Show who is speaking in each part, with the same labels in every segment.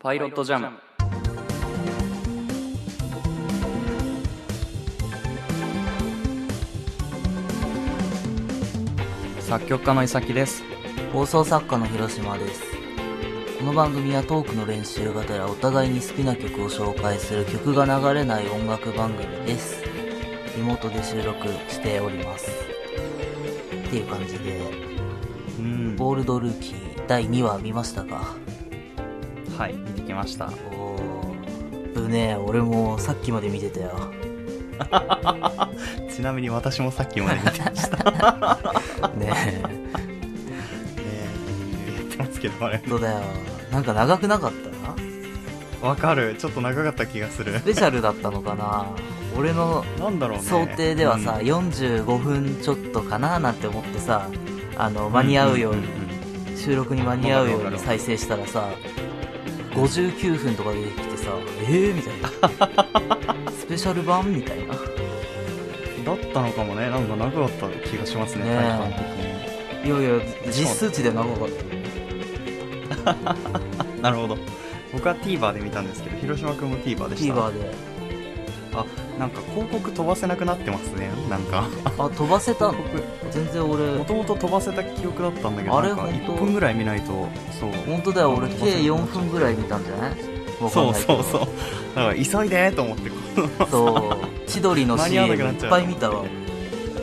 Speaker 1: パイロットジャム作曲家の伊崎です
Speaker 2: 放送作家の広島ですこの番組はトークの練習がてらお互いに好きな曲を紹介する曲が流れない音楽番組ですリモートで収録しておりますっていう感じで
Speaker 1: うん
Speaker 2: 「ボールドルーキー」第2話見ましたか
Speaker 1: はい見てきました
Speaker 2: おーぶねえ俺もさっきまで見てたよ
Speaker 1: ちなみに私もさっきまで見てましたね
Speaker 2: ね
Speaker 1: やってますけどあれ
Speaker 2: え どうだよなんか長くなかったな
Speaker 1: わかるちょっと長かった気がする
Speaker 2: スペシャルだったのかな俺の
Speaker 1: なんだろうね
Speaker 2: 想定ではさ、
Speaker 1: うん
Speaker 2: 45分ちょっとかななんて思ってさあの間に合うように、
Speaker 1: んんん
Speaker 2: 収録に間に合うよ
Speaker 1: わか
Speaker 2: う
Speaker 1: るわか
Speaker 2: に
Speaker 1: る
Speaker 2: 再生したらさ59分とか出てきてさえー、みたいな スペシャル版みたいな
Speaker 1: だったのかもねなんか長かった気がしますね
Speaker 2: ねえ
Speaker 1: 体感的に
Speaker 2: いやいや実数値で長かった
Speaker 1: なるほど僕は TVer で見たんですけど広島君も TVer でした
Speaker 2: TVer で
Speaker 1: なんか広告飛ばせなくなってますねなんか
Speaker 2: あ飛ばせたの
Speaker 1: 広告
Speaker 2: 全然俺
Speaker 1: もともと飛ばせた記憶だったんだけど
Speaker 2: あれ
Speaker 1: なんか
Speaker 2: 本当
Speaker 1: 1分ぐらい見ないとそう
Speaker 2: 本当だよ俺
Speaker 1: 飛ばせ
Speaker 2: 計
Speaker 1: なくな
Speaker 2: 4
Speaker 1: っちゃう
Speaker 2: 分ぐらい見たんじゃないわか
Speaker 1: そ
Speaker 2: ん
Speaker 1: う
Speaker 2: ないけ
Speaker 1: そ
Speaker 2: ど
Speaker 1: うそうだから急いでと思ってこう
Speaker 2: そう千鳥の
Speaker 1: 間に合わな
Speaker 2: CM
Speaker 1: くなっ
Speaker 2: い
Speaker 1: ちゃう
Speaker 2: っぱい見たわ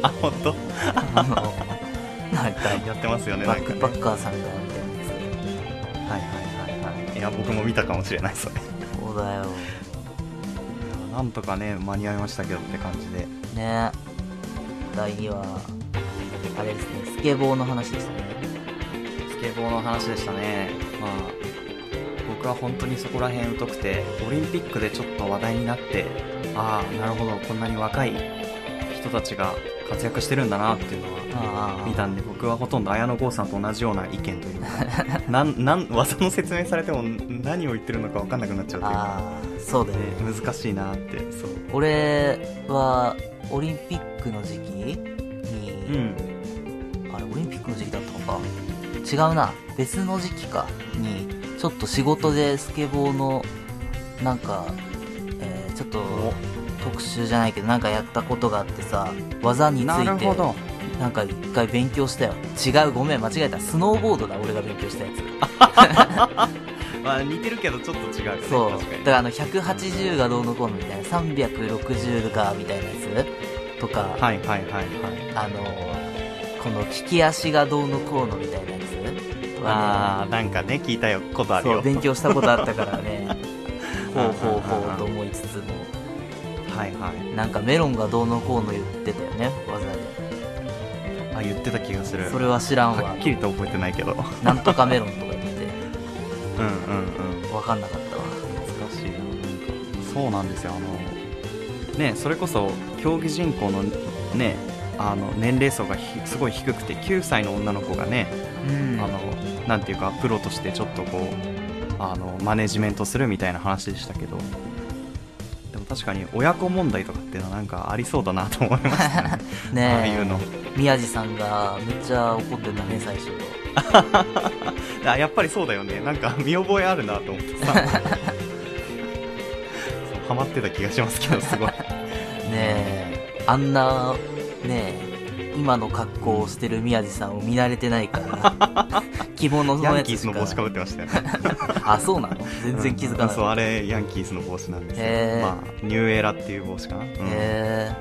Speaker 1: あ本当
Speaker 2: あのなんか
Speaker 1: やってますよねな
Speaker 2: バ
Speaker 1: ん
Speaker 2: ッ
Speaker 1: か、
Speaker 2: ク
Speaker 1: ね、
Speaker 2: パッカーさんがみたいなや
Speaker 1: はいはいはいはいいや僕も見たかもしれないそれい
Speaker 2: つそうだよ
Speaker 1: やなんとかね間に合いましたけどって感じで
Speaker 2: ね第2話あれですねスケボーの話でしたね
Speaker 1: スケボーの話でしたねまあ僕は本当にそこら辺疎くてオリンピックでちょっと話題になってああなるほどこんなに若い人たちが活躍してるんだなっていうのは
Speaker 2: ああ
Speaker 1: 見たんで僕はほとんど綾野剛さんと同じような意見という かなんなん技の説明されても何を言ってるのか分かんなくなっちゃうというか、
Speaker 2: ああそうだよね
Speaker 1: ね、難しいなってそう
Speaker 2: 俺はオリンピックの時期
Speaker 1: う
Speaker 2: に、
Speaker 1: ん
Speaker 2: あれオリンピックの時期だったのか違うな別の時期かにちょっと仕事でスケボーのなんか、えーちょっと特集じゃないけどなんかやったことがあってさ技につ
Speaker 1: なる
Speaker 2: いて
Speaker 1: ほど
Speaker 2: なんか一回勉強したよ違うごめん間違えたスノーボードだ俺が勉強したやつ
Speaker 1: まあ似てるけどちょっと違うよね
Speaker 2: そう
Speaker 1: 確か
Speaker 2: だ
Speaker 1: に
Speaker 2: からあの180がどうのこうのみたいな360がみたいなやつとか、
Speaker 1: はいはいはいはい
Speaker 2: あのこの利き足がどうのこうのみたいなやつは
Speaker 1: あーなんかね聞いたよことあ
Speaker 2: ね
Speaker 1: る
Speaker 2: そう
Speaker 1: よ
Speaker 2: 勉強したことあったからねほうほう
Speaker 1: あ
Speaker 2: ほ
Speaker 1: ー
Speaker 2: うと思いつつ
Speaker 1: はいはい
Speaker 2: もなんかメロンがどうのこうの言ってたよね技
Speaker 1: あ言ってた気がする
Speaker 2: でそれは知らん
Speaker 1: は
Speaker 2: わ
Speaker 1: っきりと覚えてないけどうん
Speaker 2: なんとかメロンとか言って
Speaker 1: うんうん
Speaker 2: 分かんなかったわ
Speaker 1: 難しいななんかそうなんですよあのねそれこそ競技人口のねあの年齢層がひすごい低くて9歳の女の子がね、
Speaker 2: うん
Speaker 1: あのなんていうかプロとしてちょっとこうあのマネジメントするみたいな話でしたけどでも確かに親子問題とかっていうのはなんかありそうだなと思いましたね
Speaker 2: ねえ
Speaker 1: ああいうの
Speaker 2: 宮地さんがめっちゃ怒ってたね最初
Speaker 1: あやっぱりそうだよねなんか見覚えあるなと思って さそうハマってた気がしますけどすご い
Speaker 2: ねえあんなねえ今の格好をしてる宮地さんを見慣れてないから 着物の
Speaker 1: ヤ
Speaker 2: や
Speaker 1: ンキー
Speaker 2: つ
Speaker 1: ス
Speaker 2: し
Speaker 1: の
Speaker 2: か
Speaker 1: 帽子かぶってましたよね
Speaker 2: あそうなの 全然気づか
Speaker 1: うんそう
Speaker 2: ない
Speaker 1: あれヤンキースの帽子なんですよ、
Speaker 2: へー
Speaker 1: まあ、ニューエラっていう帽子かな、うん
Speaker 2: へ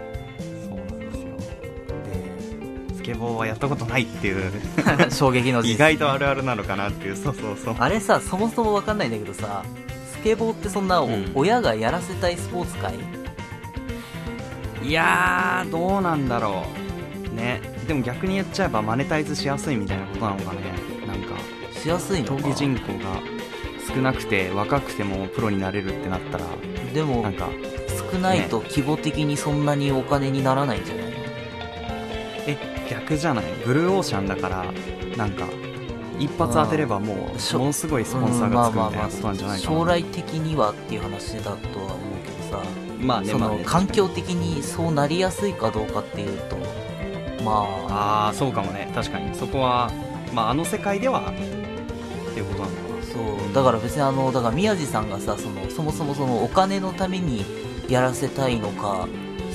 Speaker 1: そうなんですよでスケボーはやったことないっていう
Speaker 2: え衝撃の事実
Speaker 1: 意外とあるあるなのかなっていうそうそうそう
Speaker 2: あれさそもそも分かんないんだけどさスケボーってそんな、
Speaker 1: ん
Speaker 2: 親がやらせたいスポーツ界
Speaker 1: いやーどうなんだろうねでも逆に言っちゃえばマネタイズしやすいみたいなことなのかねなんか
Speaker 2: しやすいの
Speaker 1: 競
Speaker 2: か
Speaker 1: 技人口が少なくて若くてもプロになれるってなったら
Speaker 2: でも
Speaker 1: なんか
Speaker 2: 少ないと規模的にそんなにお金にならないんじゃないの
Speaker 1: え逆じゃないブルーオーシャンだからなんか一発当てればも
Speaker 2: うんし
Speaker 1: う
Speaker 2: ょ
Speaker 1: ものすごいスポンサーがつくみたいなことなんじゃないかな、
Speaker 2: 将来的にはっていう話だとは思うけどさ、
Speaker 1: まあ
Speaker 2: その環境的にそうなりやすいかどうかっていうとま
Speaker 1: あ
Speaker 2: あ
Speaker 1: あそうかもね確かにそこは、まあ、あの世界ではっていうことなのかな
Speaker 2: そうだから別にあのだから宮地さんがさそのそもそもそのお金のためにやらせたいのか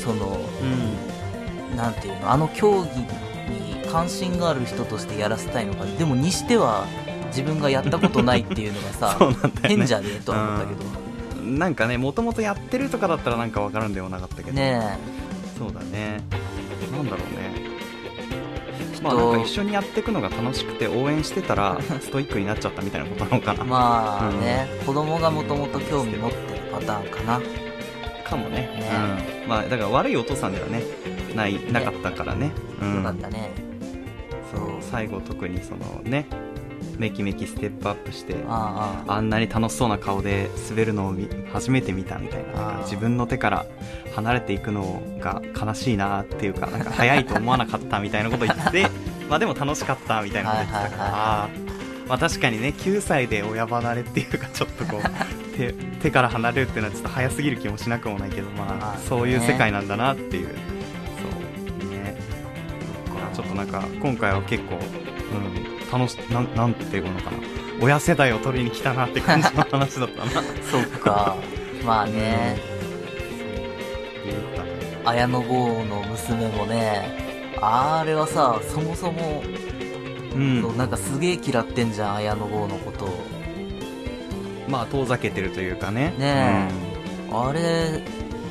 Speaker 2: その
Speaker 1: うん
Speaker 2: なんていうのあの競技に関心がある人としてやらせたいのかでもにしては自分がやったことないっていうのがさ、
Speaker 1: そうなんだよ
Speaker 2: 変
Speaker 1: ね
Speaker 2: じゃねえとは思ったけど、
Speaker 1: なんかねもともとやってるとかだったらなんか分かるんでもなかったけど
Speaker 2: ね
Speaker 1: そうだねなんだろうね
Speaker 2: え
Speaker 1: まあなんか一緒にやっていくのが楽しくて応援してた らストイックになっちゃったみたいなことなの かな、
Speaker 2: まあね、子供がもともと興味持ってるパターンかな
Speaker 1: かもね
Speaker 2: ね
Speaker 1: うん、まあだから悪いお父さんではねないなかったからねうん
Speaker 2: よかったね、
Speaker 1: そう最後特にそのねめきめきステップアップして
Speaker 2: ああああ
Speaker 1: あんなに楽しそうな顔で滑るのを見初めて見たみたいななんか
Speaker 2: あー
Speaker 1: 自分の手から離れていくのが悲しいなっていうかなんか早いと思わなかったみたいなこと言って まあでも楽しかったみたいなこと言ってたから、
Speaker 2: はいはい
Speaker 1: あーまあ、確かにね9歳で親離れっていうかちょっとこう手手から離れるっていうのはちょっと早すぎる気もしなくもないけどま
Speaker 2: まあ
Speaker 1: あ
Speaker 2: ね
Speaker 1: そういう世界なんだなっていう。そうねまあちょっとなんか今回は結構、うん、楽しなんなんていうのかな親世代を取りに来たなって感じの話だ ったな
Speaker 2: そうか まあね、綾野剛の娘もねあれはさそもそも、
Speaker 1: うん
Speaker 2: そうなんかすげえ嫌ってんじゃん綾野剛のことを
Speaker 1: まあ遠ざけてるというかね
Speaker 2: ねあれ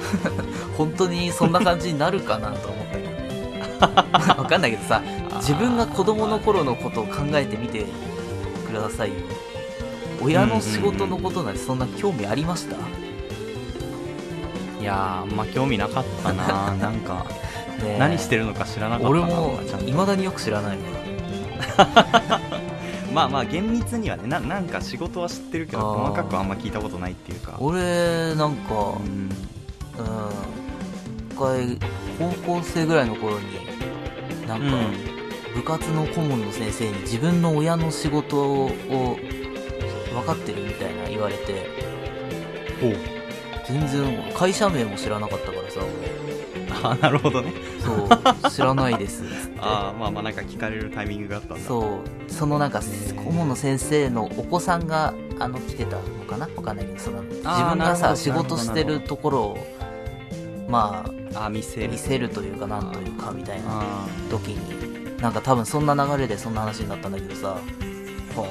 Speaker 2: 本当にそんな感じになるかなと思ったけどね わかんないけどさ
Speaker 1: うん
Speaker 2: 自分が子供の頃のことを考えてみてくださいよ親の仕事のことなんてそんな興味ありました、
Speaker 1: いやーあんま興味なかった ななんか
Speaker 2: ねえ
Speaker 1: 何してるのか知らなかったな
Speaker 2: 俺も
Speaker 1: ちゃんと
Speaker 2: いまだによく知らないわ
Speaker 1: まあまあ厳密にはねななんか仕事は知ってるけど
Speaker 2: あー
Speaker 1: 細かくはあんま聞いたことないっていうか
Speaker 2: 俺なんか
Speaker 1: うん
Speaker 2: うん一回高校生ぐらいの頃になんか、部活の顧問の先生に自分の親の仕事を分かってるみたいな言われて
Speaker 1: ほう
Speaker 2: 全然会社名も知らなかったからさ 俺
Speaker 1: あーなるほ どね
Speaker 2: そう知らないですっつって
Speaker 1: ああまあまあなんか聞かれるタイミングがあったんだ
Speaker 2: そうそのなんか
Speaker 1: へー
Speaker 2: 顧問の先生のお子さんがあの来てたのかなわかんないけどその自
Speaker 1: あー
Speaker 2: 分が
Speaker 1: なる
Speaker 2: さ
Speaker 1: ほど
Speaker 2: 仕事して
Speaker 1: なる
Speaker 2: る
Speaker 1: ほ
Speaker 2: ところをまあ
Speaker 1: あ見せる
Speaker 2: 見せるというかなんというかみたいな
Speaker 1: あ
Speaker 2: 時になんか多分そんな流れでそんな話になったんだけどさ、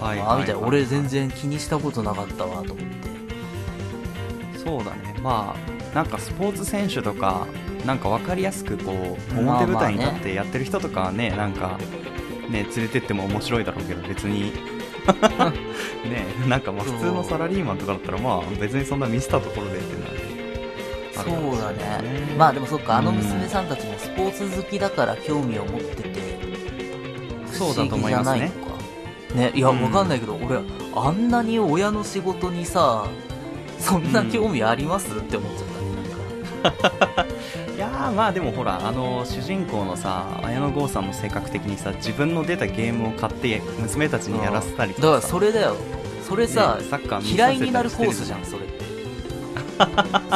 Speaker 1: はい
Speaker 2: ああみたい
Speaker 1: はいは
Speaker 2: な
Speaker 1: い
Speaker 2: 俺全然気にしたことなかったわと思って
Speaker 1: ーそうだねまあなんかスポーツ選手とかなんか分かりやすくこう
Speaker 2: まあ
Speaker 1: 表舞台に立ってやってる人とかはねなんかね連れてっても面白いだろうけど別 にねなんかまあ
Speaker 2: そう
Speaker 1: 普通のサラリーマンとかだったらまあ別にそんな見せたところでってなある
Speaker 2: そ
Speaker 1: かも
Speaker 2: う
Speaker 1: しれな
Speaker 2: だ
Speaker 1: いね
Speaker 2: ねまあでもそっかあの
Speaker 1: うん
Speaker 2: 娘さんたちもスポーツ好きだから興味を持ってて不
Speaker 1: そう
Speaker 2: 思
Speaker 1: だと
Speaker 2: 議
Speaker 1: 思
Speaker 2: じ
Speaker 1: い
Speaker 2: ゃ
Speaker 1: ます
Speaker 2: な
Speaker 1: ね
Speaker 2: いのかねいや
Speaker 1: うん
Speaker 2: わかんないけど俺あんなに親の仕事にさそんな興味ありますって思っちゃったねなんか
Speaker 1: いやーまあでもほらあの主人公のさ綾野剛さんも性格的にさ自分の出たゲームを買って娘たちにやらせたりと
Speaker 2: だか
Speaker 1: か
Speaker 2: ら
Speaker 1: さ
Speaker 2: それだよそれさ
Speaker 1: ねサッカー見させた
Speaker 2: 嫌
Speaker 1: り
Speaker 2: い
Speaker 1: して
Speaker 2: に
Speaker 1: る
Speaker 2: なるコースじゃんそれって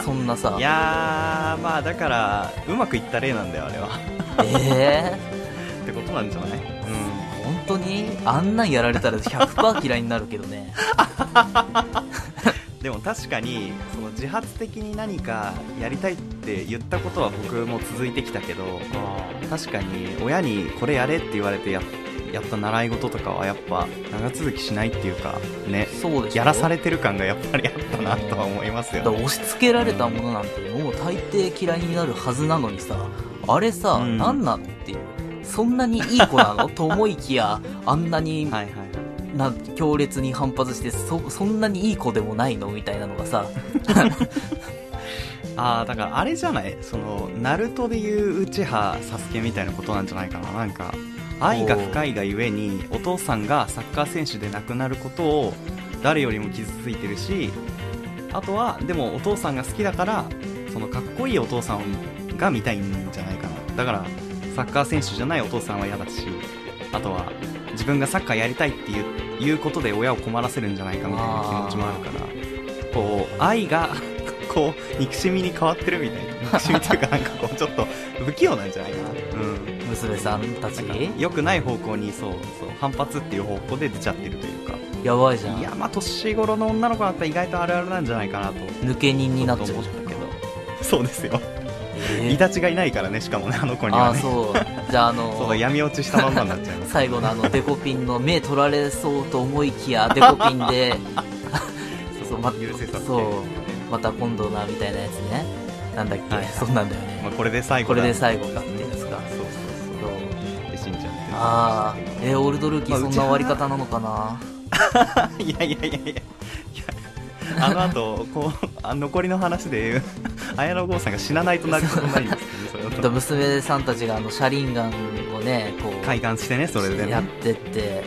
Speaker 2: そ んなさ
Speaker 1: いやーまあだからうまくいった例なんだよあれは
Speaker 2: え
Speaker 1: ってことなんじゃない、
Speaker 2: え本当にあんなんやられたら100%嫌いになるけどね
Speaker 1: うん、でも確かにその自発的に何かやりたいって言ったことは僕も続いてきたけど確かに親にこれやれって言われてややった習い事とかはやっぱ長続きしないっていうかね
Speaker 2: そうでしょ
Speaker 1: やらされてる感がやっぱりあったなとは思います
Speaker 2: だ
Speaker 1: よ
Speaker 2: から押し付けられたものなんてもう大抵嫌いになるはずなのにさあれさ、
Speaker 1: うん
Speaker 2: 何なのっていうそんなにいい子なのと思いきやあんなに
Speaker 1: はいはいはい
Speaker 2: な強烈に反発してそそんなにいい子でもないのみたいなのがさ
Speaker 1: ああだからあれじゃないそのナルトでいう内葉サスケみたいなことなんじゃないかななんか愛が深いがゆえにお父さんがサッカー選手で亡くなることを誰よりも傷ついてるしあとはでもお父さんが好きだからそのかっこいいお父さんが見たいんじゃないかなだからサッカー選手じゃないお父さんは嫌だしあとは自分がサッカーやりたいっていういうことで親を困らせるんじゃないかみたいな気持ちもあるからこう愛が こ う憎しみに変わってるみたいな憎しみというかなんかこうちょっと不器用なんじゃないかな、うん、
Speaker 2: 娘さんたち
Speaker 1: 良くない方向にそうそう反発っていう方向で出ちゃってるというか
Speaker 2: やばいじゃん
Speaker 1: いやまあ年頃の女の子だったら意外とあるあるなんじゃないかなと
Speaker 2: 抜け人になっちゃう
Speaker 1: ちょっと思ったけそうですよ
Speaker 2: え
Speaker 1: いたちがいないからねしかもねあの子に
Speaker 2: あ
Speaker 1: は
Speaker 2: あ
Speaker 1: ね
Speaker 2: そうじゃああ
Speaker 1: そう
Speaker 2: の
Speaker 1: 闇落ちしたまんまになっちゃいます
Speaker 2: 最後のあのデコピンの目取られそうと思い きやデコピンでそうま
Speaker 1: 優勢さって
Speaker 2: そうまた今度なみたいなやつねなんだっけ、
Speaker 1: はい
Speaker 2: そんなんだよね
Speaker 1: まあ、これで最後
Speaker 2: これで最後だっていうや
Speaker 1: そうそ
Speaker 2: つか
Speaker 1: う
Speaker 2: そう
Speaker 1: そうで死んじゃって
Speaker 2: ああえーオールドルーキーそんな終わり
Speaker 1: まあうち
Speaker 2: 方なのかな、
Speaker 1: いやいやいやいやいやあの後こうあ残りの話で綾野剛さんが死なないとなることないんですけどねそれは
Speaker 2: 娘さんたちがあの車輪ガンをねこう
Speaker 1: 開眼してねそれで
Speaker 2: やっ
Speaker 1: ね
Speaker 2: てって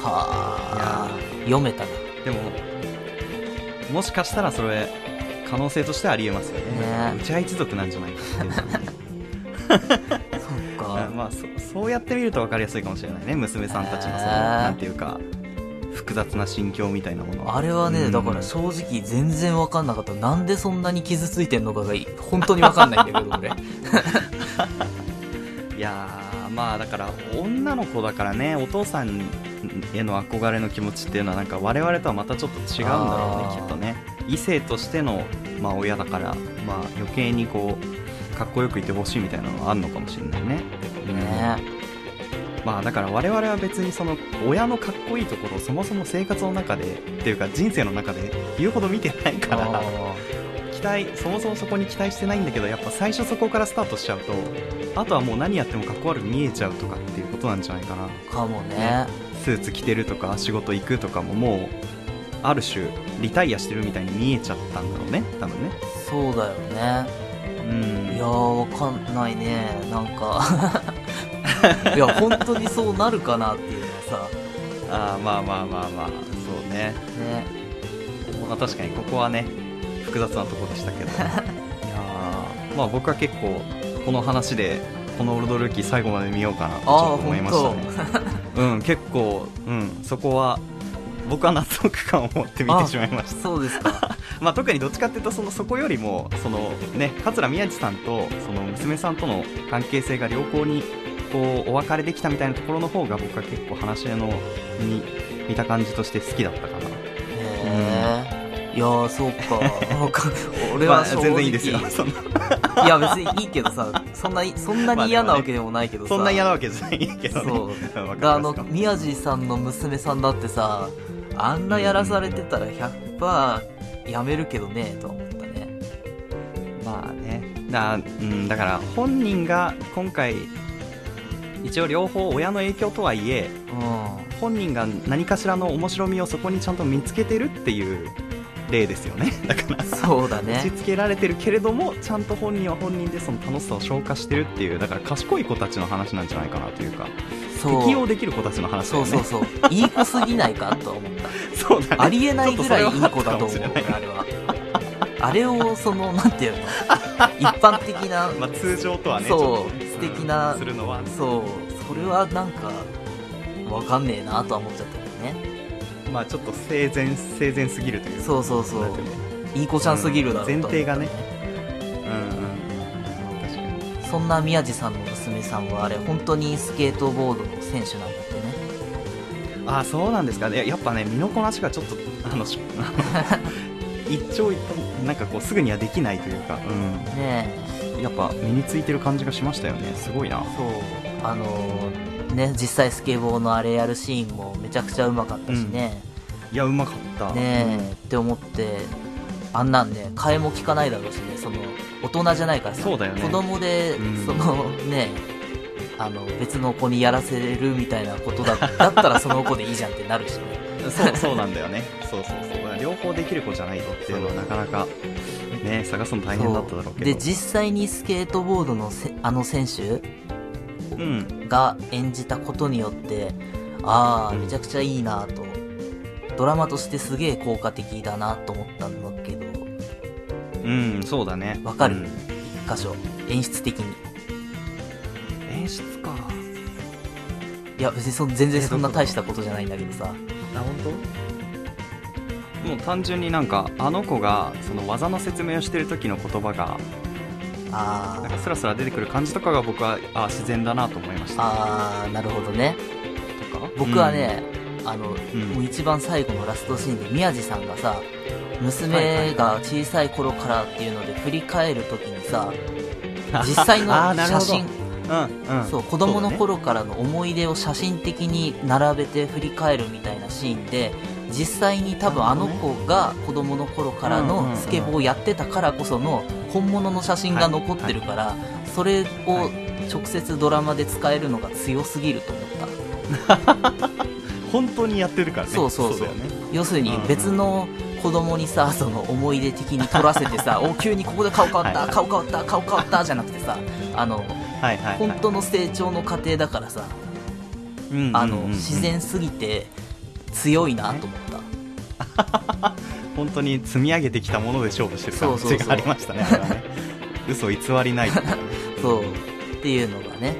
Speaker 2: はあ読めたな
Speaker 1: でももしかしたらそれ可能性としてはありえますよね
Speaker 2: ね
Speaker 1: うちは一族なんじゃないかっていう
Speaker 2: そっ
Speaker 1: あ
Speaker 2: か
Speaker 1: まあそそうやってみると分かりやすいかもしれないね娘さんたちのその、
Speaker 2: へー
Speaker 1: なんていうか複雑な心境みたいなもの
Speaker 2: あれはね、
Speaker 1: うん
Speaker 2: だから正直全然わかんなかった。なんでそんなに傷ついてんのかがい本当にわかんないんだけど、俺。
Speaker 1: いやーまあだから女の子だからねお父さんへの憧れの気持ちっていうのはなんか我々とはまたちょっと違うんだろう
Speaker 2: あ
Speaker 1: ね
Speaker 2: ー
Speaker 1: きっとね異性としての、まあ、親だから、まあ、余計にこうかっこよくいてほしいみたいなのはあるのかもしれないね
Speaker 2: ね
Speaker 1: まあだから我々は別にその親のかっこいいところをそもそも生活の中でっていうか人生の中で言うほど見てない
Speaker 2: え。
Speaker 1: から
Speaker 2: あー
Speaker 1: 期待そもそもそこに期待してないんだけどやっぱ最初そこからスタートしちゃうとあとはもう何やってもかっこ悪く見えちゃうとかっていうことなんじゃないかな
Speaker 2: かもね。
Speaker 1: スーツ着てるとか仕事行くとかももうある種リタイアしてるみたいに見えちゃったんだろうね多分ね
Speaker 2: そうだよね。
Speaker 1: うん
Speaker 2: いやー、わかんないね。な んか。いや、本当にそうなるかなっていうのは
Speaker 1: あーまあまあまあまあそうね、
Speaker 2: さ、ね。
Speaker 1: まあ、確かにここはね複雑なとこでしたけ どいやーまあ僕は結構この話でこの「オールドルーキー」最後まで見ようかなとちょっと思いましたねうん結構、うん、そこは僕は納得感を持って見てしまいました
Speaker 2: そうですか。
Speaker 1: まあ、特にどっちかっていうとそのそこよりもその、ね、桂宮治さんとその娘さんとの関係性が良好にこうお別れできたみたいなところの方が僕は結構話のに見た感じとして好きだったかな
Speaker 2: へえ。いやー、そうか。わかん俺
Speaker 1: ま
Speaker 2: は
Speaker 1: あ
Speaker 2: 正直、
Speaker 1: 全然いいですよ そんない
Speaker 2: や、別にいいけどさ、そんな、そんなに嫌なわけでもないけどさ。
Speaker 1: そんな嫌なわけじゃないけどね
Speaker 2: そう
Speaker 1: うんわ
Speaker 2: だ
Speaker 1: か
Speaker 2: あ
Speaker 1: りま
Speaker 2: の
Speaker 1: すよ
Speaker 2: 宮地さんの娘さんだってさあんなやらされてたら100%やめるけどねとは思ったね
Speaker 1: まあねだ,、うん、だから本人が今回一応両方親の影響とはいえ
Speaker 2: う
Speaker 1: 本人が何かしらの面白みをそこにちゃんと見つけてるっていう例ですよねだから
Speaker 2: んそうだ
Speaker 1: 打ち
Speaker 2: ね
Speaker 1: つけられてるけれどもちゃんと本人は本人でその楽しさを消化してるっていうだから賢い子たちの話なんじゃないかなというか
Speaker 2: そう
Speaker 1: 適応できる子たちの話だ
Speaker 2: そ
Speaker 1: よ
Speaker 2: う
Speaker 1: ね
Speaker 2: そうそういい子すぎないかとは思っ
Speaker 1: そうだね
Speaker 2: たありえないぐらいいい子だと思う
Speaker 1: ちょっそれはあったかもしれない
Speaker 2: あれはあれをそのなんていうの一般的な、
Speaker 1: まあ、通常とはね
Speaker 2: そう
Speaker 1: ちょっとね
Speaker 2: 素敵な
Speaker 1: うんするのは
Speaker 2: そうそれはなんかわかんねえなとは思っちゃったけどね
Speaker 1: まあちょっと生前生前すぎるという
Speaker 2: そうそうそう
Speaker 1: なんていの
Speaker 2: いい子ちゃんすぎるだろうと
Speaker 1: 前
Speaker 2: は思った
Speaker 1: 提がねうんうん確かに
Speaker 2: そんな宮地さんの娘さんはあれ本当にスケートボードの選手なんだってね
Speaker 1: あそうなんですかねややっぱね身のこなしがちょっとあのし あの一長一短なんかこうすぐにはできないというか、
Speaker 2: ね
Speaker 1: うん、やっぱ身についてる感じがしましたよねすごいな
Speaker 2: えそうあのーね実際スケボーのあれやるシーンもめちゃくちゃうまかったしね、
Speaker 1: いやうまかった
Speaker 2: ねえって思ってあんなんね替えも利かないだろうしねその大人じゃないからさ
Speaker 1: そうだよね
Speaker 2: 子供で、
Speaker 1: うん
Speaker 2: そのねあの別の子にやらせるみたいなことだだったらその子でいいじゃんってなるしね
Speaker 1: そうそうなんだよねそうそうそうだから両方できる子じゃないとっていうのはなかなかね探すの 大変だっただろうけど
Speaker 2: で実際にスケートボードのせあの選手
Speaker 1: うん
Speaker 2: が演じたことによってああ
Speaker 1: うん
Speaker 2: めちゃくちゃいいなとドラマとしてすげえ効果的だなと思ったんだけど
Speaker 1: うんそうだね
Speaker 2: わかる
Speaker 1: うん
Speaker 2: 一箇所演出的に
Speaker 1: 演出か
Speaker 2: いや別にそん全然
Speaker 1: え
Speaker 2: そんな
Speaker 1: どういうこと
Speaker 2: 大したことじゃないんだけどさ
Speaker 1: あ本当もう単純になんかあの子がその技の説明をしてる時の言葉が
Speaker 2: あ
Speaker 1: なんか
Speaker 2: ー
Speaker 1: スラスラ出てくる感じとかが僕はあ自然だなと思いました
Speaker 2: あーなるほどね
Speaker 1: とか
Speaker 2: 僕はね、あの、
Speaker 1: ん
Speaker 2: もう一番最後のラストシーンで宮地さんがさ
Speaker 1: はいはいは
Speaker 2: 娘
Speaker 1: い
Speaker 2: が小さい頃からっていうので振り返る時にさ
Speaker 1: あ
Speaker 2: 実際
Speaker 1: あー
Speaker 2: の
Speaker 1: なるほ
Speaker 2: 写
Speaker 1: ど
Speaker 2: 真
Speaker 1: うんうん
Speaker 2: そう子供の頃からの思い出を写真的に並べて振り返るみたいなシーンで実際に多分あの子が子供の頃から
Speaker 1: うんうんう
Speaker 2: の
Speaker 1: ん
Speaker 2: スケボーをやってたからこその本物の写真が残ってるから、それ
Speaker 1: は
Speaker 2: を直接ドラマで使えるのが強すぎると思った
Speaker 1: そうだね本当にやってるからね
Speaker 2: そうそうそう
Speaker 1: だよね
Speaker 2: 要するに
Speaker 1: うんうん
Speaker 2: 別の子供にさその思い出的に撮らせて さお急にここで顔変わっ
Speaker 1: は
Speaker 2: た
Speaker 1: いはい
Speaker 2: 顔変わった顔変わったじゃなくてさあの
Speaker 1: はいはい、はい、
Speaker 2: 本当の成長の過程だからさ
Speaker 1: うんうんうんうん
Speaker 2: あの自然すぎて強いなと思った
Speaker 1: 本当に積み上げてきたもので勝負してる感
Speaker 2: そうそう
Speaker 1: じ
Speaker 2: そう
Speaker 1: がありましたねあれはね嘘偽りないっていうかね
Speaker 2: そうっていうのがね
Speaker 1: 確かにね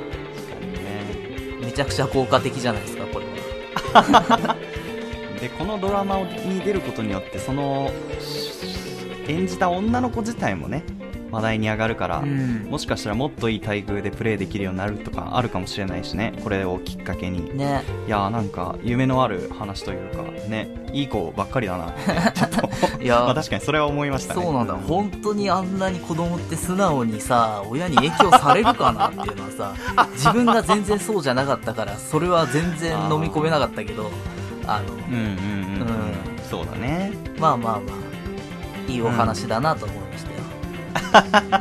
Speaker 2: めちゃくちゃ効果的じゃないですかこれは
Speaker 1: でこのドラマに出ることによってその演じた女の子自体もね話題に上がるから、
Speaker 2: うん
Speaker 1: もしかしたらもっといい待遇でプレーできるようになるとかあるかもしれないしねこれをきっかけに
Speaker 2: ね
Speaker 1: いやーなんか夢のある話というかねいい子ばっかりだな ってねちょっと
Speaker 2: いや
Speaker 1: まあ確かにそれは思いましたね
Speaker 2: そうなんだ本当にあんなに子供って素直にさ親に影響されるかなっていうのはさ 自分が全然そうじゃなかったからそれは全然飲み込めなかったけどあの
Speaker 1: うんうんうん、うん
Speaker 2: う
Speaker 1: そうだね
Speaker 2: まあまあまあいいお話だなと思いましたよ、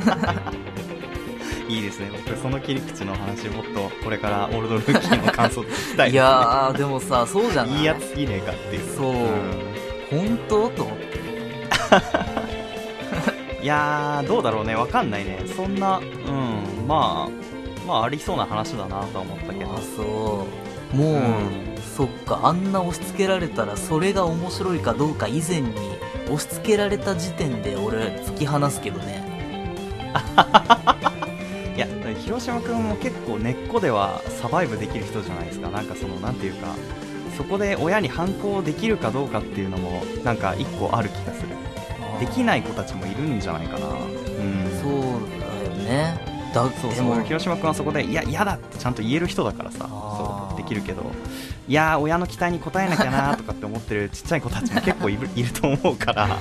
Speaker 1: いいですね僕その切り口の話もっとこれからオールドルーキーの感想聞きたいですね
Speaker 2: いやーでもさそうじゃない
Speaker 1: いいやついいねえかっていう
Speaker 2: そう本当と思って
Speaker 1: うんいやーどうだろうねわかんないねそんなうんまあまあありそうな話だなとは思ったけど
Speaker 2: あそうもう、
Speaker 1: うん
Speaker 2: そっかあんな押し付けられたらそれが面白いかどうか以前に押し付けられた時点で俺突き放すけどね
Speaker 1: いや広島君も結構根っこではサバイブできる人じゃないですかなんかそのなんていうかそこで親に反抗できるかどうかっていうのもなんか一個ある気がするできない子たちもいるんじゃないかなうん
Speaker 2: そうだよねだ
Speaker 1: そう
Speaker 2: で
Speaker 1: そ
Speaker 2: も
Speaker 1: う広島君はそこで「いや嫌だ」ってちゃんと言える人だからさ
Speaker 2: あ
Speaker 1: そう
Speaker 2: ー
Speaker 1: できるけど「いやー親の期待に応えなきゃな」とかって思ってるちっちゃい子たちも結構いるいると思うから
Speaker 2: そ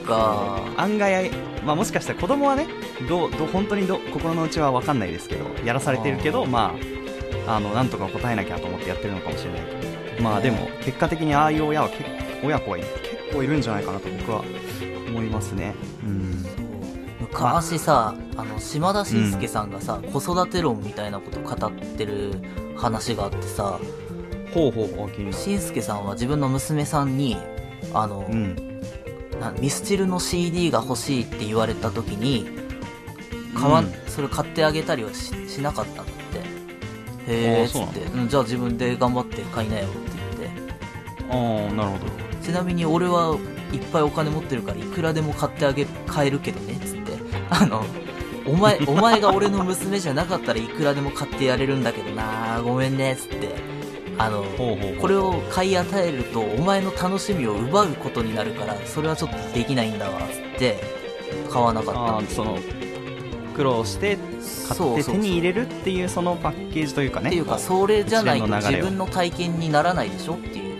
Speaker 2: っか
Speaker 1: 案外、まあ、もしかしたら子供はねどうどう本当にどう心の内は分かんないですけどやらされてるけど
Speaker 2: あー
Speaker 1: まああのなんとか答えなきゃと思ってやってるのかもしれないけどまあでも結果的にああいう親は結親子はい結構いるんじゃないかなと僕は思いますね。うん
Speaker 2: そう昔さあの島田紳介さんがさ、子育て論みたいなこと語ってる話があってさ
Speaker 1: ほうほうほう気になる
Speaker 2: 紳介さんは自分の娘さんにあの、
Speaker 1: うん
Speaker 2: なミスチルの CD が欲しいって言われた時に買わ、
Speaker 1: うん
Speaker 2: それ買ってあげたりはししなかったんだってへえ
Speaker 1: あー
Speaker 2: っつ
Speaker 1: そうな
Speaker 2: っ
Speaker 1: ん
Speaker 2: て
Speaker 1: だ
Speaker 2: うんじゃあ自分で頑張って買いなよって言っ
Speaker 1: ああなるほど
Speaker 2: てちなみに俺はいっぱいお金持ってるからいくらでも買ってあげ買えるけどねっつって あの お前お前が俺の娘じゃなかったらいくらでも買ってやれるんだけどなごめんねっつってあ
Speaker 1: ほ
Speaker 2: の
Speaker 1: うほうほう
Speaker 2: これを買い与えるとお前の楽しみを奪うことになるからそれはちょっとできないんだわっつって買わなかった
Speaker 1: あーその苦労して買
Speaker 2: そ
Speaker 1: っ
Speaker 2: う
Speaker 1: て
Speaker 2: そ
Speaker 1: 手
Speaker 2: う
Speaker 1: に入れるっていうそのパッケージというかね
Speaker 2: っていうか
Speaker 1: う
Speaker 2: それじゃないと
Speaker 1: 一連の流
Speaker 2: 自
Speaker 1: れを
Speaker 2: 分の体験にならないでしょっていう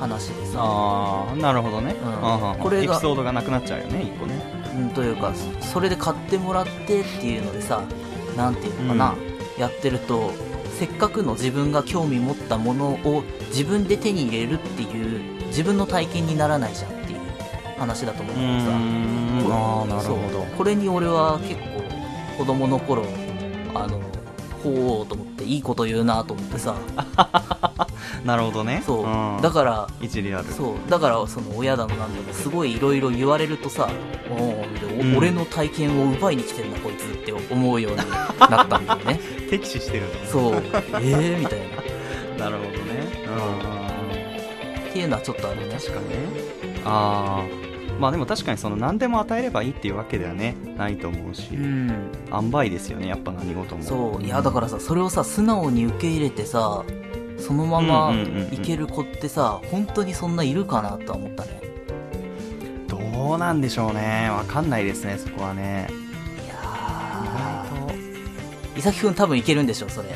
Speaker 2: 話でさ
Speaker 1: ああなるほどね、
Speaker 2: うん
Speaker 1: あー
Speaker 2: これ
Speaker 1: エ
Speaker 2: が
Speaker 1: ピソードがなくなっちゃうよね一個ね
Speaker 2: うんというかそれで買ってもらってっていうのでさなんていうのかな、やってるとせっかくの自分が興味持ったものを自分で手に入れるっていう自分の体験にならないじゃんっていう話だと思う
Speaker 1: うー
Speaker 2: からさ
Speaker 1: んああなるほ
Speaker 2: そう
Speaker 1: ど
Speaker 2: これに俺は結構子供の頃あのほうと思っていいこと言うなと思ってさ
Speaker 1: なるほどね
Speaker 2: そう、
Speaker 1: ん
Speaker 2: だから
Speaker 1: 一理ある
Speaker 2: そうだからその親だのなんだのすごいいろいろ言われるとさおーでお
Speaker 1: うん
Speaker 2: 俺の体験を奪いに来てんなこいつって思うようになったんだよ ね
Speaker 1: 敵視してるんだ
Speaker 2: そうええみたいなっ
Speaker 1: なるほどねうん
Speaker 2: ていうのはちょっとあるね
Speaker 1: 確かにねああまあでも確かにその何でも与えればいいっていうわけではねないと思うし、
Speaker 2: うん
Speaker 1: 塩梅ですよねやっぱ何事も
Speaker 2: そういやだからさそれをさ素直に受け入れてさそのまま
Speaker 1: うんうんうんうん
Speaker 2: いける子ってさ本当にそんないるかなとは思ったね
Speaker 1: どうなんでしょうねわかんないですねそこはね
Speaker 2: いやー伊崎くん多分いけるんでしょそれ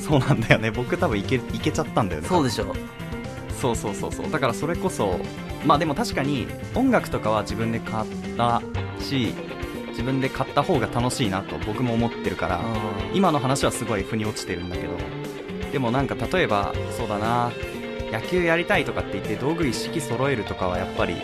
Speaker 1: そうなんだよね僕多分いけいけちゃったんだよね
Speaker 2: そうでしょ
Speaker 1: そうそうそうそうだからそれこそまあでも確かに音楽とかは自分で買ったし自分で買った方が楽しいなと僕も思ってるから、
Speaker 2: うん
Speaker 1: 今の話はすごい腑に落ちてるんだけどでもなんか例えばそうだな野球やりたいとかって言って道具一式揃えるとかはやっぱり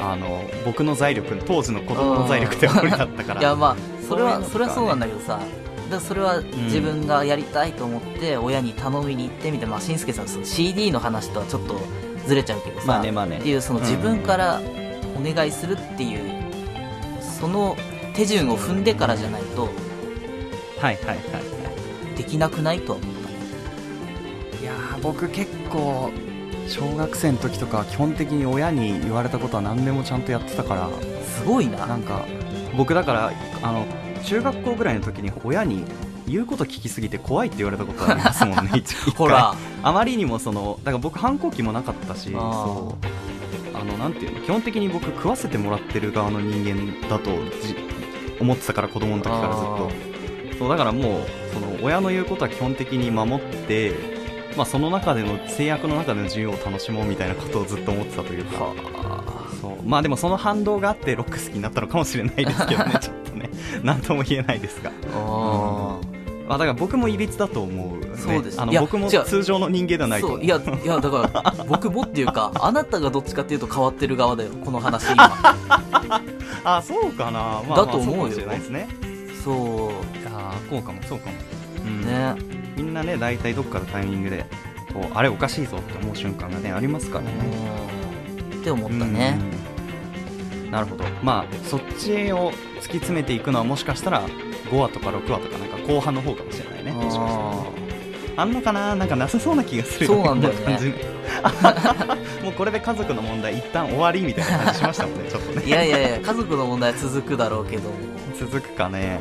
Speaker 1: あの僕の財力当時の子供の財力では無理だったか
Speaker 2: いや
Speaker 1: ら
Speaker 2: まあそれはそ
Speaker 1: そう
Speaker 2: れ
Speaker 1: いうのとかね
Speaker 2: はそうなんだけどさだからそれは自分がやりたいと思って親に頼みに行ってみて、まあ、しんすけさんその CD の話とはちょっとずれちゃうけどさ、
Speaker 1: まあねまあね
Speaker 2: っていうその自分からお願いするっていう、その手順を踏んでからじゃないと
Speaker 1: はいはいはい
Speaker 2: できなくないとは思ったね
Speaker 1: いやー僕結構小学生の時とかは基本的に親に言われたことは何でもちゃんとやってたから
Speaker 2: すごいな
Speaker 1: なんか僕だからあの中学校ぐらいの時に親に言うこと聞きすぎて怖いって言われたことあります もんね一回
Speaker 2: ほら
Speaker 1: あまりにもそのだから僕反抗期もなかったし
Speaker 2: あー
Speaker 1: そうあのなんていうの基本的に僕食わせてもらってる側の人間だとじ思ってたから子供の時からずっ
Speaker 2: あ
Speaker 1: とそうだからもうその親の言うことは基本的に守って、まあ、その中での制約の中での自由を楽しもうみたいなことをずっと思ってたというか
Speaker 2: は
Speaker 1: そうまあでもその反動があってロック好きになったのかもしれないです けどねちょっとね何とも言えないですが。
Speaker 2: あ
Speaker 1: まあ、だから僕もいびつだと思う、ね、
Speaker 2: そうです
Speaker 1: あの
Speaker 2: いや
Speaker 1: 僕も
Speaker 2: 違う
Speaker 1: 通常の人間ではないと
Speaker 2: そ
Speaker 1: 思う
Speaker 2: ういやいやだから僕もっていう かあなたがどっちかっていうと変わってる側だよこの話今
Speaker 1: あそうかな、まあ、
Speaker 2: だと思
Speaker 1: まあそ
Speaker 2: うよ
Speaker 1: かもしれないですね
Speaker 2: そ
Speaker 1: あこうかもそうかも、うん
Speaker 2: うね
Speaker 1: みんなね大体どっかのタイミングでこうあれおかしいぞって思う瞬間がねありますからね
Speaker 2: うんって思ったね、
Speaker 1: うんなるほどまあそっちを突き詰めていくのはもしかしたら5話とか6話とかなんか後半の方かもしれないねもしかしたら
Speaker 2: あ
Speaker 1: あんのかななんかなさそうな気がする
Speaker 2: そうなんだよね
Speaker 1: こ感じ もうこれで家族の問題一旦終わりみたいな感じしました もんねちょっとね
Speaker 2: ーいやいやいや家族の問題は続くだろうけども
Speaker 1: 続くかね、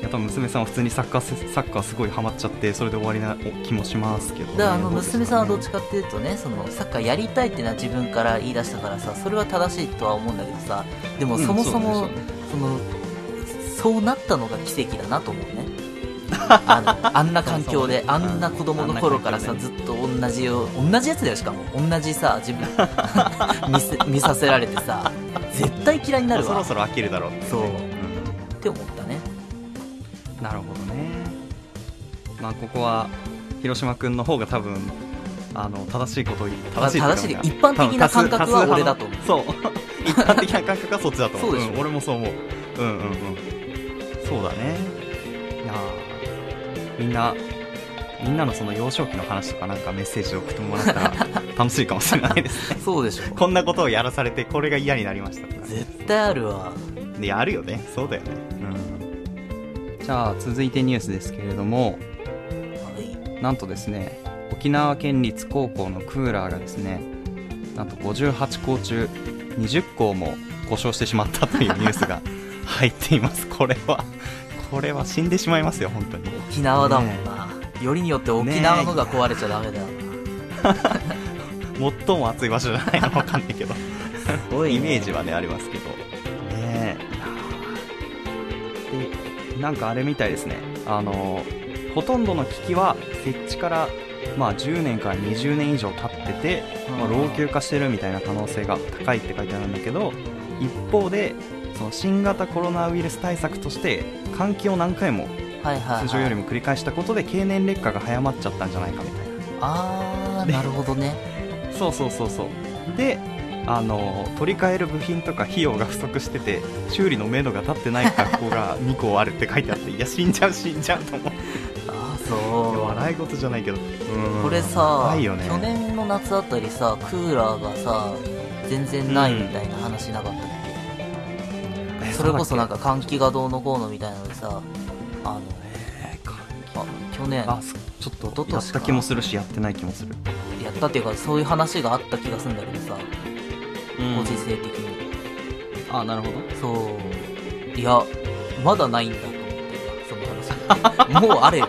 Speaker 1: やっぱ娘さんは普通にサッカーせサッカーすごいハマっちゃってそれで終わりな気もしますけど、ね、
Speaker 2: だからあの
Speaker 1: どうですかね
Speaker 2: 娘さんはどっちかっていうとねそのサッカーやりたいっていうのは自分から言い出したからさそれは正しいとは思うんだけどさでも
Speaker 1: うん
Speaker 2: そもそも、
Speaker 1: うだねそうだね
Speaker 2: そのそうなったのが奇跡だなと思う ねあのあんな環境で
Speaker 1: そうそう
Speaker 2: あんな子供の頃からさ
Speaker 1: あんな
Speaker 2: ずっと同じよ同じやつだよしかも同じさ自分 見せ見させられてさ絶対嫌いになる
Speaker 1: そ
Speaker 2: わ
Speaker 1: ろそろ飽きるだろうってね
Speaker 2: そうんって思ったね
Speaker 1: なるほどねまあここは広島君の方が多分あの正しいことを正しい
Speaker 2: まあ
Speaker 1: っていうか
Speaker 2: 正しい一般的な感覚は
Speaker 1: 多分多数
Speaker 2: 俺だと思う
Speaker 1: 多数派のそう一般的な感覚はそっちだと思う
Speaker 2: そうでしょ
Speaker 1: ん俺もそう思ううんうんうんそうだねいやーみんなみんなのその幼少期の話とかなんかメッセージを送ってもらった ら楽しいかもしれないですね
Speaker 2: そうでしょ
Speaker 1: こんなことをやらされてこれが嫌になりましたとか
Speaker 2: 絶対あるわ
Speaker 1: でやるよねそうだよねうんじゃあ続いてニュースですけれども
Speaker 2: はい
Speaker 1: なんとですね沖縄県立高校のクーラーがですねなんと58校中20校も故障してしまったというニュース が入っていますこれはこれは死んでしまいますよ本当に
Speaker 2: 沖縄だもんな、よりによって沖縄のが壊れちゃダメだよ、
Speaker 1: 最も暑い場所じゃないのわかんないけど
Speaker 2: すごいね
Speaker 1: イメージはねありますけどねえでなんかあれみたいですねあのほとんどの機器は設置からまあ10年から20年以上経ってて、まあ、老朽化してるみたいな可能性が高いって書いてあるんだけど一方でその新型コロナウイルス対策として換気を何回も
Speaker 2: はいはい、はい、
Speaker 1: 通常よりも繰り返したことで経年劣化が早まっちゃったんじゃないかみたいな
Speaker 2: あー
Speaker 1: ね
Speaker 2: なるほどね
Speaker 1: そうそうそうそうであの取り替える部品とか費用が不足してて修理のめどが立ってない学校 が2校あるって書いてあっていや死んじゃう死んじゃうと思って
Speaker 2: ああ
Speaker 1: 笑い事じゃないけどうん
Speaker 2: これさ、
Speaker 1: 怖いよね
Speaker 2: 去年の夏あたりさクーラーがさ全然ないみたいな話なかったっけ、
Speaker 1: え
Speaker 2: それこそ
Speaker 1: だ
Speaker 2: な
Speaker 1: っ
Speaker 2: んか換気がどうのこうのみたいなのでさあのあ去年
Speaker 1: けあそちょっ
Speaker 2: 一昨
Speaker 1: と
Speaker 2: 年か
Speaker 1: やった気もするしやってない気もする
Speaker 2: やったっていうかそういう話があった気がするんだけどさ、ご時世的に
Speaker 1: あなるほど
Speaker 2: そういやまだないんだと思ってその話もうあれよ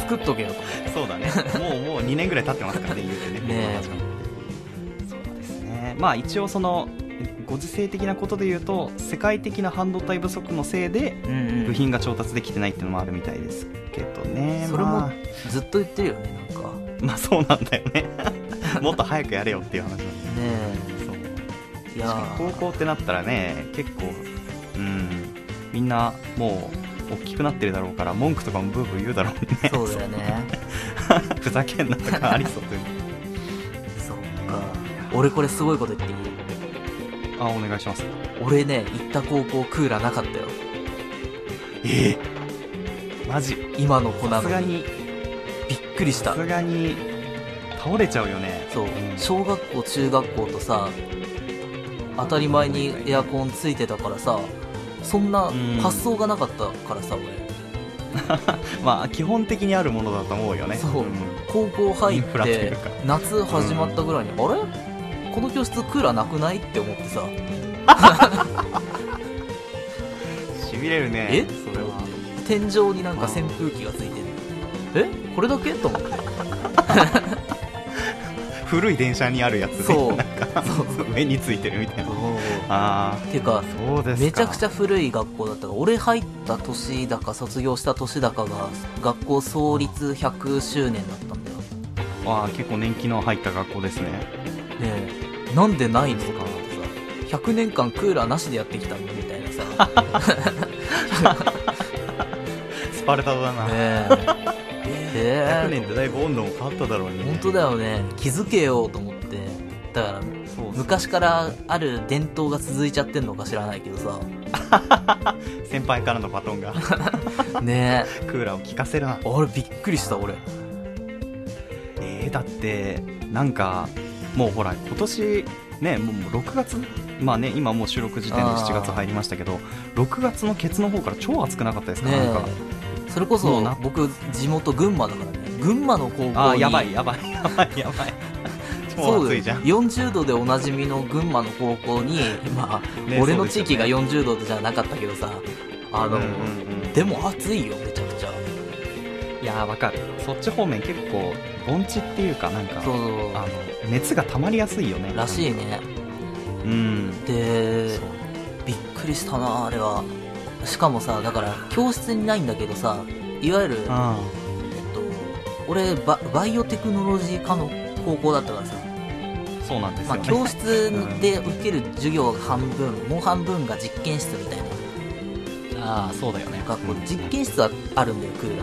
Speaker 2: 作っとけよと思って
Speaker 1: そうだねもうもう2年ぐらい経ってますからね言うてね
Speaker 2: ねえ
Speaker 1: この話はそうですねまあ一応そのご時世的なことで言うと世界的な半導体不足のせいで
Speaker 2: うんうん
Speaker 1: 部品が調達できてないっていうのもあるみたいですけどね
Speaker 2: それも
Speaker 1: まあ
Speaker 2: ずっと言ってるよねなんかね
Speaker 1: まあそうなんだよね もっと早くやれよっていう話なんだよねそう
Speaker 2: えいや
Speaker 1: 確かに
Speaker 2: ー
Speaker 1: 高校ってなったらね結構うんみんなもう大きくなってるだろうから文句とかもブーブー言うだろうね
Speaker 2: そうだよね
Speaker 1: ふざけんなとかありそう という
Speaker 2: そっか俺これすごいこと言っていい
Speaker 1: あお願いします
Speaker 2: 俺ね行った高校クーラーなかったよ
Speaker 1: ええマジ
Speaker 2: 今の子な
Speaker 1: さす
Speaker 2: の
Speaker 1: が
Speaker 2: に
Speaker 1: に
Speaker 2: びっくりし
Speaker 1: さ
Speaker 2: た
Speaker 1: すがに倒れちゃうよね
Speaker 2: そう
Speaker 1: うん
Speaker 2: 小学校中学校とさ当たり前にエアコンついてたからさそんな
Speaker 1: うん
Speaker 2: 発想がなかったからさ俺
Speaker 1: まあ基本的にあるものだと思うよね
Speaker 2: そうん高校入
Speaker 1: イ
Speaker 2: っ
Speaker 1: ンフラとい
Speaker 2: て
Speaker 1: うか
Speaker 2: 夏始まったぐらいに、あれこの教室クーラーなくないって思ってさ
Speaker 1: しびれるね
Speaker 2: えっ
Speaker 1: それは
Speaker 2: 天井になんか扇風機がついてるえこれだけと 思って
Speaker 1: 古い電車にあるやつね
Speaker 2: そう
Speaker 1: なんか
Speaker 2: そう
Speaker 1: 目についてるみたいなあ
Speaker 2: てか
Speaker 1: あそうですか
Speaker 2: めちゃくちゃ古い学校だったから俺入った年だか卒業した年だかが学校創立100周年だったんだよね
Speaker 1: ああ結構年季の入った学校ですね
Speaker 2: えなんでないのとか思ってさ100年間クーラーなしでやってきたのみたいな さ
Speaker 1: スパルタだな、
Speaker 2: ねえ
Speaker 1: 100
Speaker 2: え
Speaker 1: 年ってだいぶ温度も変わっただろうに
Speaker 2: え
Speaker 1: ね
Speaker 2: 本当だよね気づけようと思ってだから
Speaker 1: そうそう
Speaker 2: 昔からある伝統が続いちゃってんのか知らないけど さ
Speaker 1: 先輩からのバトンが ク
Speaker 2: ね
Speaker 1: ーラーを効かせるな
Speaker 2: えあれびっくりした俺
Speaker 1: えー、だってなんかもうほら今年ねもうもう6月まあね今もう収録時点で
Speaker 2: あー
Speaker 1: 7月入りましたけど6月のケツの方から超暑くなかったですか、
Speaker 2: ね
Speaker 1: なんか
Speaker 2: えそれこ
Speaker 1: も
Speaker 2: そう
Speaker 1: な
Speaker 2: 僕地元群馬だからね群馬の高
Speaker 1: あ
Speaker 2: 校
Speaker 1: あ
Speaker 2: に
Speaker 1: やばいやばいやばいやばい 超
Speaker 2: そう
Speaker 1: 暑
Speaker 2: だ
Speaker 1: い
Speaker 2: よ
Speaker 1: じゃん
Speaker 2: 40度でおなじみの群馬の高校にまあ、
Speaker 1: ね
Speaker 2: 俺
Speaker 1: そ
Speaker 2: の
Speaker 1: うです
Speaker 2: 地
Speaker 1: よね
Speaker 2: 域が40度じゃなかったけどさあの、
Speaker 1: うんうんうん
Speaker 2: でも暑いよめちゃくちゃ
Speaker 1: いやーわかるそっち方面結構盆地っていうかなんか
Speaker 2: そう
Speaker 1: あの熱が溜まりやすいよね
Speaker 2: らしいね
Speaker 1: うん
Speaker 2: で
Speaker 1: そう
Speaker 2: びっくりしたなあれはしかもさだから教室にないんだけどさいわゆる、えっ
Speaker 1: あ
Speaker 2: と、俺ババイオテクノロジー科の高校だったからさ、
Speaker 1: あそうなんですよ
Speaker 2: まあ、
Speaker 1: ね、
Speaker 2: 教室で受ける授業が半分もう半分が実験室みたいな
Speaker 1: ああそうだよね
Speaker 2: 学校、
Speaker 1: うん
Speaker 2: 実験室はあるんだよクーラ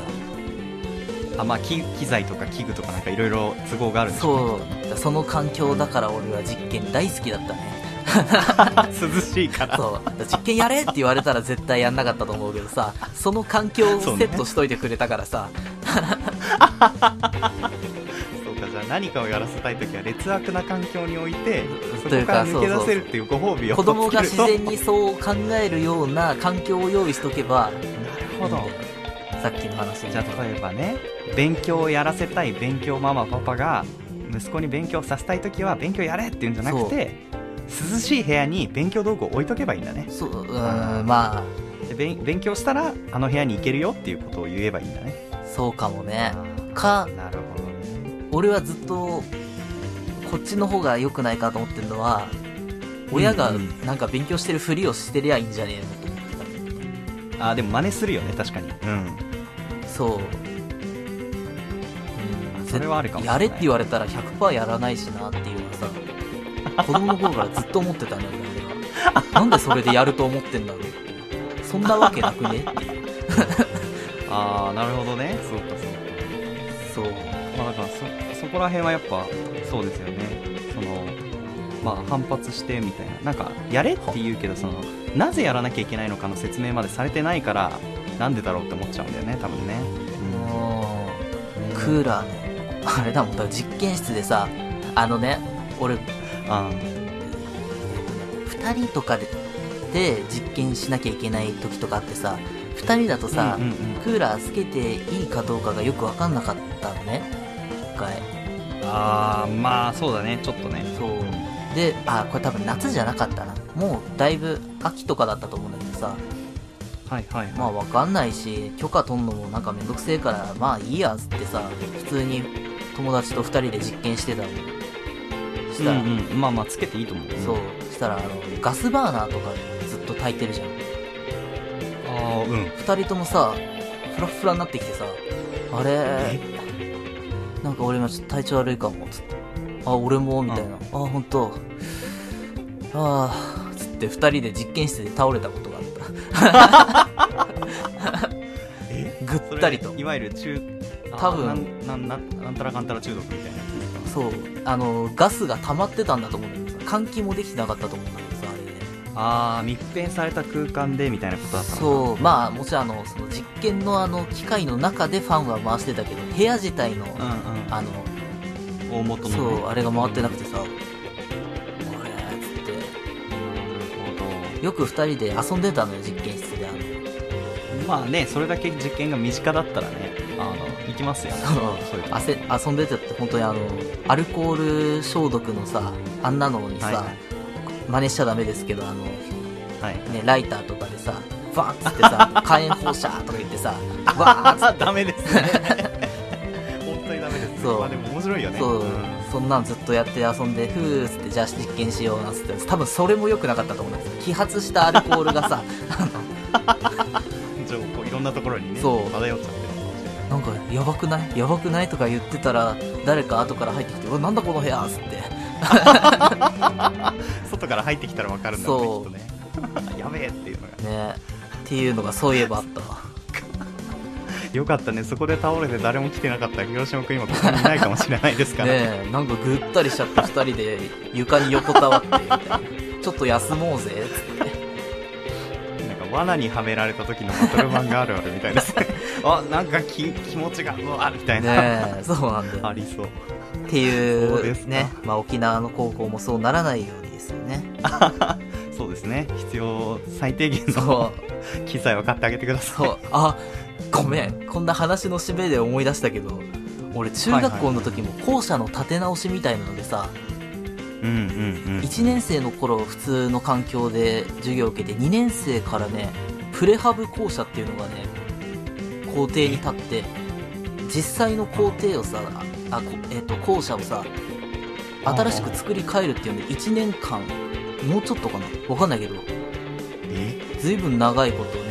Speaker 2: ー
Speaker 1: あまあ機機材とか器具とかなんかいろいろ都合があるんでしょ
Speaker 2: そうその環境だから俺は実験大好きだったね
Speaker 1: う涼しいから
Speaker 2: そうだから実験やれって言われたら絶対やんなかったと思うけどさその環境をセ
Speaker 1: そうね
Speaker 2: ットしといてくれたからさ
Speaker 1: そうかじゃあ何かをやらせたい時は劣悪な環境においてそこ
Speaker 2: という
Speaker 1: か
Speaker 2: から
Speaker 1: 抜け出せるっていうご褒美を
Speaker 2: 子供が自然
Speaker 1: に
Speaker 2: にそう考えるような環境を用意しとけ
Speaker 1: な
Speaker 2: ば
Speaker 1: るほど
Speaker 2: さっきの話に
Speaker 1: じゃあ例えばね勉強をやらせたい勉強ママパパが息子に勉強させたい時は勉強やれっていうんじゃなくて涼しい部屋に勉強道具を置いとけばいいんだね
Speaker 2: そううーんま
Speaker 1: で勉勉強したらあの部屋に行けるよっていうことを言えばいいんだね
Speaker 2: あそうかもね
Speaker 1: あ
Speaker 2: か
Speaker 1: ーなるほどね
Speaker 2: 俺はずっとこっちの方が良くないかと思ってるのは親が
Speaker 1: うんうん
Speaker 2: なんか勉強してるふりをしてりゃいいんじゃねえのと思ってた
Speaker 1: あーでも真似するよね確かにうん
Speaker 2: そう、うん、
Speaker 1: それはあるかもしれな
Speaker 2: や
Speaker 1: い
Speaker 2: れって言われたら100%やらないしなっていうのはさ 子供の頃からずっと思ってたんだよ俺はなんでそれでやると思ってんだろうってそんなわけなくねっていう
Speaker 1: ああなるほどねそうかそうか
Speaker 2: そう
Speaker 1: まあだからそそこら辺はやっぱそうですよねそのまあ反発してみたいななんかやれって言うけどそのなぜやらなきゃいけないのかの説明までされてないからなんでだろうって思っちゃうんだよね多分ね、
Speaker 2: も
Speaker 1: うん
Speaker 2: うクーラーねあれだもんだから実験室でさあのね俺
Speaker 1: あ
Speaker 2: 2人とかでで実験しなきゃいけない時とかあってさ2人だとさ、
Speaker 1: うんうんうん
Speaker 2: クーラーつけていいかどうかがよく分かんなかったのね一回
Speaker 1: あーまあそうだねちょっとね
Speaker 2: そうであこれ多分夏じゃなかったなもうだいぶ秋とかだったと思うんだけどさ
Speaker 1: はいはいはい
Speaker 2: まあ分かんないし許可取んのもなんかめんどくせえからまあいいやっつってさ普通に友達と2人で実験してたのしたら、
Speaker 1: うんうん、まあまあつけていいと思う
Speaker 2: そううんししたらあのガスバーナーとかずっと炊いてるじゃん
Speaker 1: ああうん
Speaker 2: 二人ともさフラッフラになってきてさあれなんか俺今ちょっと体調悪いかもつってあ俺もみたいな、あ本当ああつって二人で実験室で倒れたことがあっ
Speaker 1: え
Speaker 2: たぐったりと
Speaker 1: いわゆる中あー
Speaker 2: 多分
Speaker 1: なんなんなんなんたらかんたら中毒みたいなやつですか
Speaker 2: そうあのガスが溜まってたんだと思うんだけどさ換気もできてなかったと思うんだけどさあれね
Speaker 1: ああ密閉された空間でみたいなことだったのかな
Speaker 2: そうまあもちろんあのその実験のあの機械の中でファンは回してたけど部屋自体の、
Speaker 1: うんうん
Speaker 2: あの
Speaker 1: 大元のね
Speaker 2: そうあれが回ってなくてさ「あれ?」っつっ
Speaker 1: なる
Speaker 2: てよく2人で遊んでたのよ実験室であの
Speaker 1: ほどまあねそれだけ実験が身近だったらねあの行きますよねそういうとこ
Speaker 2: 汗遊んでたって本当にあのアルコール消毒のさあんなのにさ、
Speaker 1: はいはい
Speaker 2: 真似しちゃダメですけどあの、ね、
Speaker 1: はい
Speaker 2: ライターとかでさバーンっつってさ 火炎放射とか言ってさバーンっつっ
Speaker 1: あダメですね 本当にダメですね
Speaker 2: そう
Speaker 1: まあでも面白いよ
Speaker 2: て
Speaker 1: ね
Speaker 2: そう、
Speaker 1: ん
Speaker 2: そんなんずっとやって遊んでふーっつってじゃあ実験しようなんつって多分それも良くなかったと思うんです揮発したアルコールがさ
Speaker 1: 情報いろんなところにね
Speaker 2: そう
Speaker 1: 漂っちゃってる
Speaker 2: なんかやばくないやばくないとか言ってたら誰か後から入ってきて「うわなんだこの部屋」っつって
Speaker 1: 外から入ってきたら分かるんだろうねきっとね やべえっていうのが
Speaker 2: ねっていうのがそういえばあったわ
Speaker 1: よかったねそこで倒れて誰も来てなかったら広島君今ここにいないかもしれないですから
Speaker 2: ねえなんかぐったりしちゃって2人で床に横たわってみたいなちょっと休もうぜつって
Speaker 1: なんか罠にはめられた時のバトルマンがあるあるみたい ですねあなんかき気持ちがうわみたいな、
Speaker 2: ねえそうなんだよ
Speaker 1: ありそう
Speaker 2: ってい
Speaker 1: そうです
Speaker 2: う
Speaker 1: か
Speaker 2: ねまあ、沖縄の高校もそうならないようにですよね
Speaker 1: そうですね必要最低限の
Speaker 2: そう
Speaker 1: 機材を買ってあげてくださ
Speaker 2: そ
Speaker 1: いう
Speaker 2: あごめんこんな話の締めで思い出したけど俺中学校の時も校舎の立て直しみたいなのでさ
Speaker 1: うんうんうん
Speaker 2: 1年生の頃普通の環境で授業を受けて2年生からねプレハブ校舎っていうのがね校庭に立って実際の校庭をさあこえっと校舎をさ新しく作り変えるっていうんで1年間もうちょっとかなわかんないけど
Speaker 1: え
Speaker 2: ずいぶん長いことね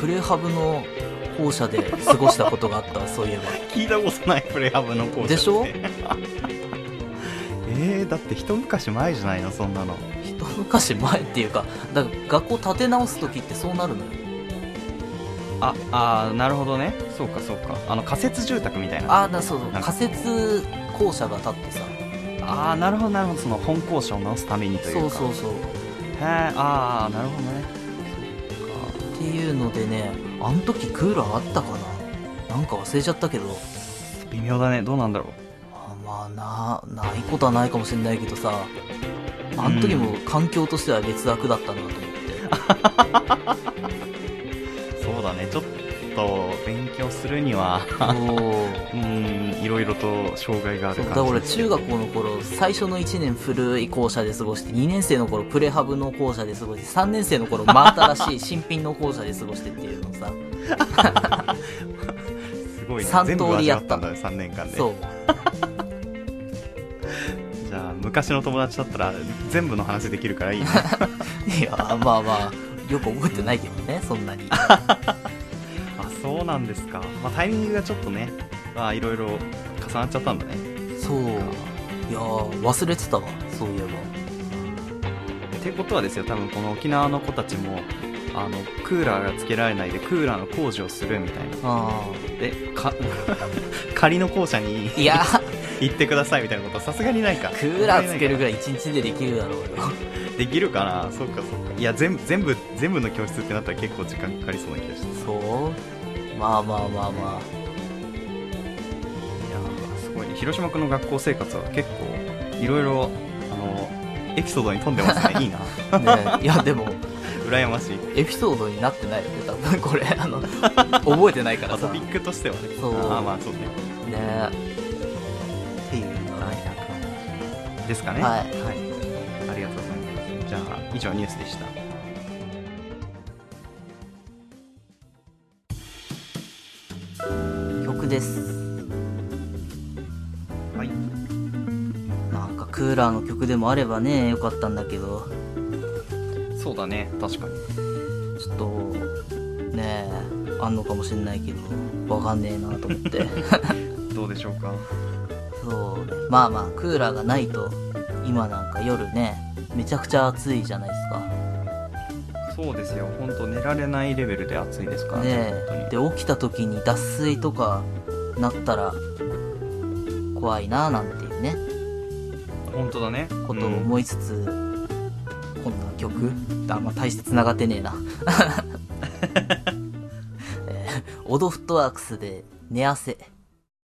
Speaker 2: プレハブの校舎で過ごしたことがあったわそういえば
Speaker 1: 聞いたことないプレハブの校舎
Speaker 2: で しょ
Speaker 1: えー、だって一昔前じゃないのそんなの
Speaker 2: 一昔前っていうかだから学校建て直す時ってそうなるのよ
Speaker 1: ああーなるほどねそうかそうかあの仮設住宅みたいな
Speaker 2: ああなそうそう
Speaker 1: なんか
Speaker 2: 仮設校舎が建ってさ
Speaker 1: ああなるほどなるほどその本校舎を直すためにというか
Speaker 2: そうそうそう
Speaker 1: へえああなるほどね
Speaker 2: っていうのでねあの時クーラーあったかななんか忘れちゃったけど
Speaker 1: 微妙だねどうなんだろ
Speaker 2: あまあなないことはないかもしれないけどさあの時も環境としては劣悪だったなと思って、
Speaker 1: うそうだねちょっと勉強するには
Speaker 2: そう
Speaker 1: うーんいろいろと障害があ
Speaker 2: そ
Speaker 1: る
Speaker 2: う
Speaker 1: 感じ
Speaker 2: だから俺中学校の頃最初の1年古い校舎で過ごして2年生の頃プレハブの校舎で過ごして3年生の頃真新しい新品の校舎で過ごしてっていうの をさ
Speaker 1: すごいね
Speaker 2: 三
Speaker 1: 全部
Speaker 2: 通り
Speaker 1: 味
Speaker 2: や
Speaker 1: わ
Speaker 2: っ
Speaker 1: ったたんだよ3年間で
Speaker 2: そう
Speaker 1: じゃあ昔の友達だったら全部の話できる からいいね
Speaker 2: いやまあまあよく覚えてないけどねそんなに
Speaker 1: あそうなんですか、まあ、タイミングがちょっとねまあいろいろ重なっちゃったんだね
Speaker 2: そういやー忘れてたわそういえ
Speaker 1: ってことはですよ多分この沖縄の子たちもあのクーラーがつけられないでクーラーの工事をするみたいな
Speaker 2: ばあ
Speaker 1: でか 仮の校舎に
Speaker 2: あいや
Speaker 1: 行ってくださいみたいなことはさすがにないか
Speaker 2: クーラーつけるぐらい一日でできるだろうよ
Speaker 1: できるかなそっかそっかいや全部全部全部の教室ってなったら結構時間かかりそうな気がしてい
Speaker 2: そうまあまあまあま
Speaker 1: やーすごいね広島君の学校生活は結構いろいろあのエピソードに富んでます ねいいな
Speaker 2: あ、 ね、いやでも
Speaker 1: 羨ましい
Speaker 2: エピソードになってないよね多分これあの覚えてないか
Speaker 1: まあ
Speaker 2: ら
Speaker 1: ト
Speaker 2: さ
Speaker 1: ピ
Speaker 2: ね
Speaker 1: ックとしてはね
Speaker 2: そう
Speaker 1: あーまあそうね
Speaker 2: っていうのはね
Speaker 1: ですかね
Speaker 2: はい
Speaker 1: はい、ありがとうございますじゃあ以上ニュースでした
Speaker 2: 曲です
Speaker 1: はい
Speaker 2: なんかクーラーの曲でもあればねよかったんだけど
Speaker 1: そうだね確かに
Speaker 2: ちょっとねえあんのかもしんないけどわかんねえなと思って
Speaker 1: どうでしょうか
Speaker 2: そうねまあまあクーラーがないと今なんか夜ねめちゃくちゃ暑いじゃないですか
Speaker 1: そうですよ本当寝られないレベルで暑いですからね
Speaker 2: ね
Speaker 1: 本当
Speaker 2: で起きた時に脱水とかなったら怖いななんていうね
Speaker 1: に本当だね
Speaker 2: ことを
Speaker 1: うん
Speaker 2: 思いつつ、こんな曲あんま大してつながってね えな、えーオドフットワークスで「寝汗」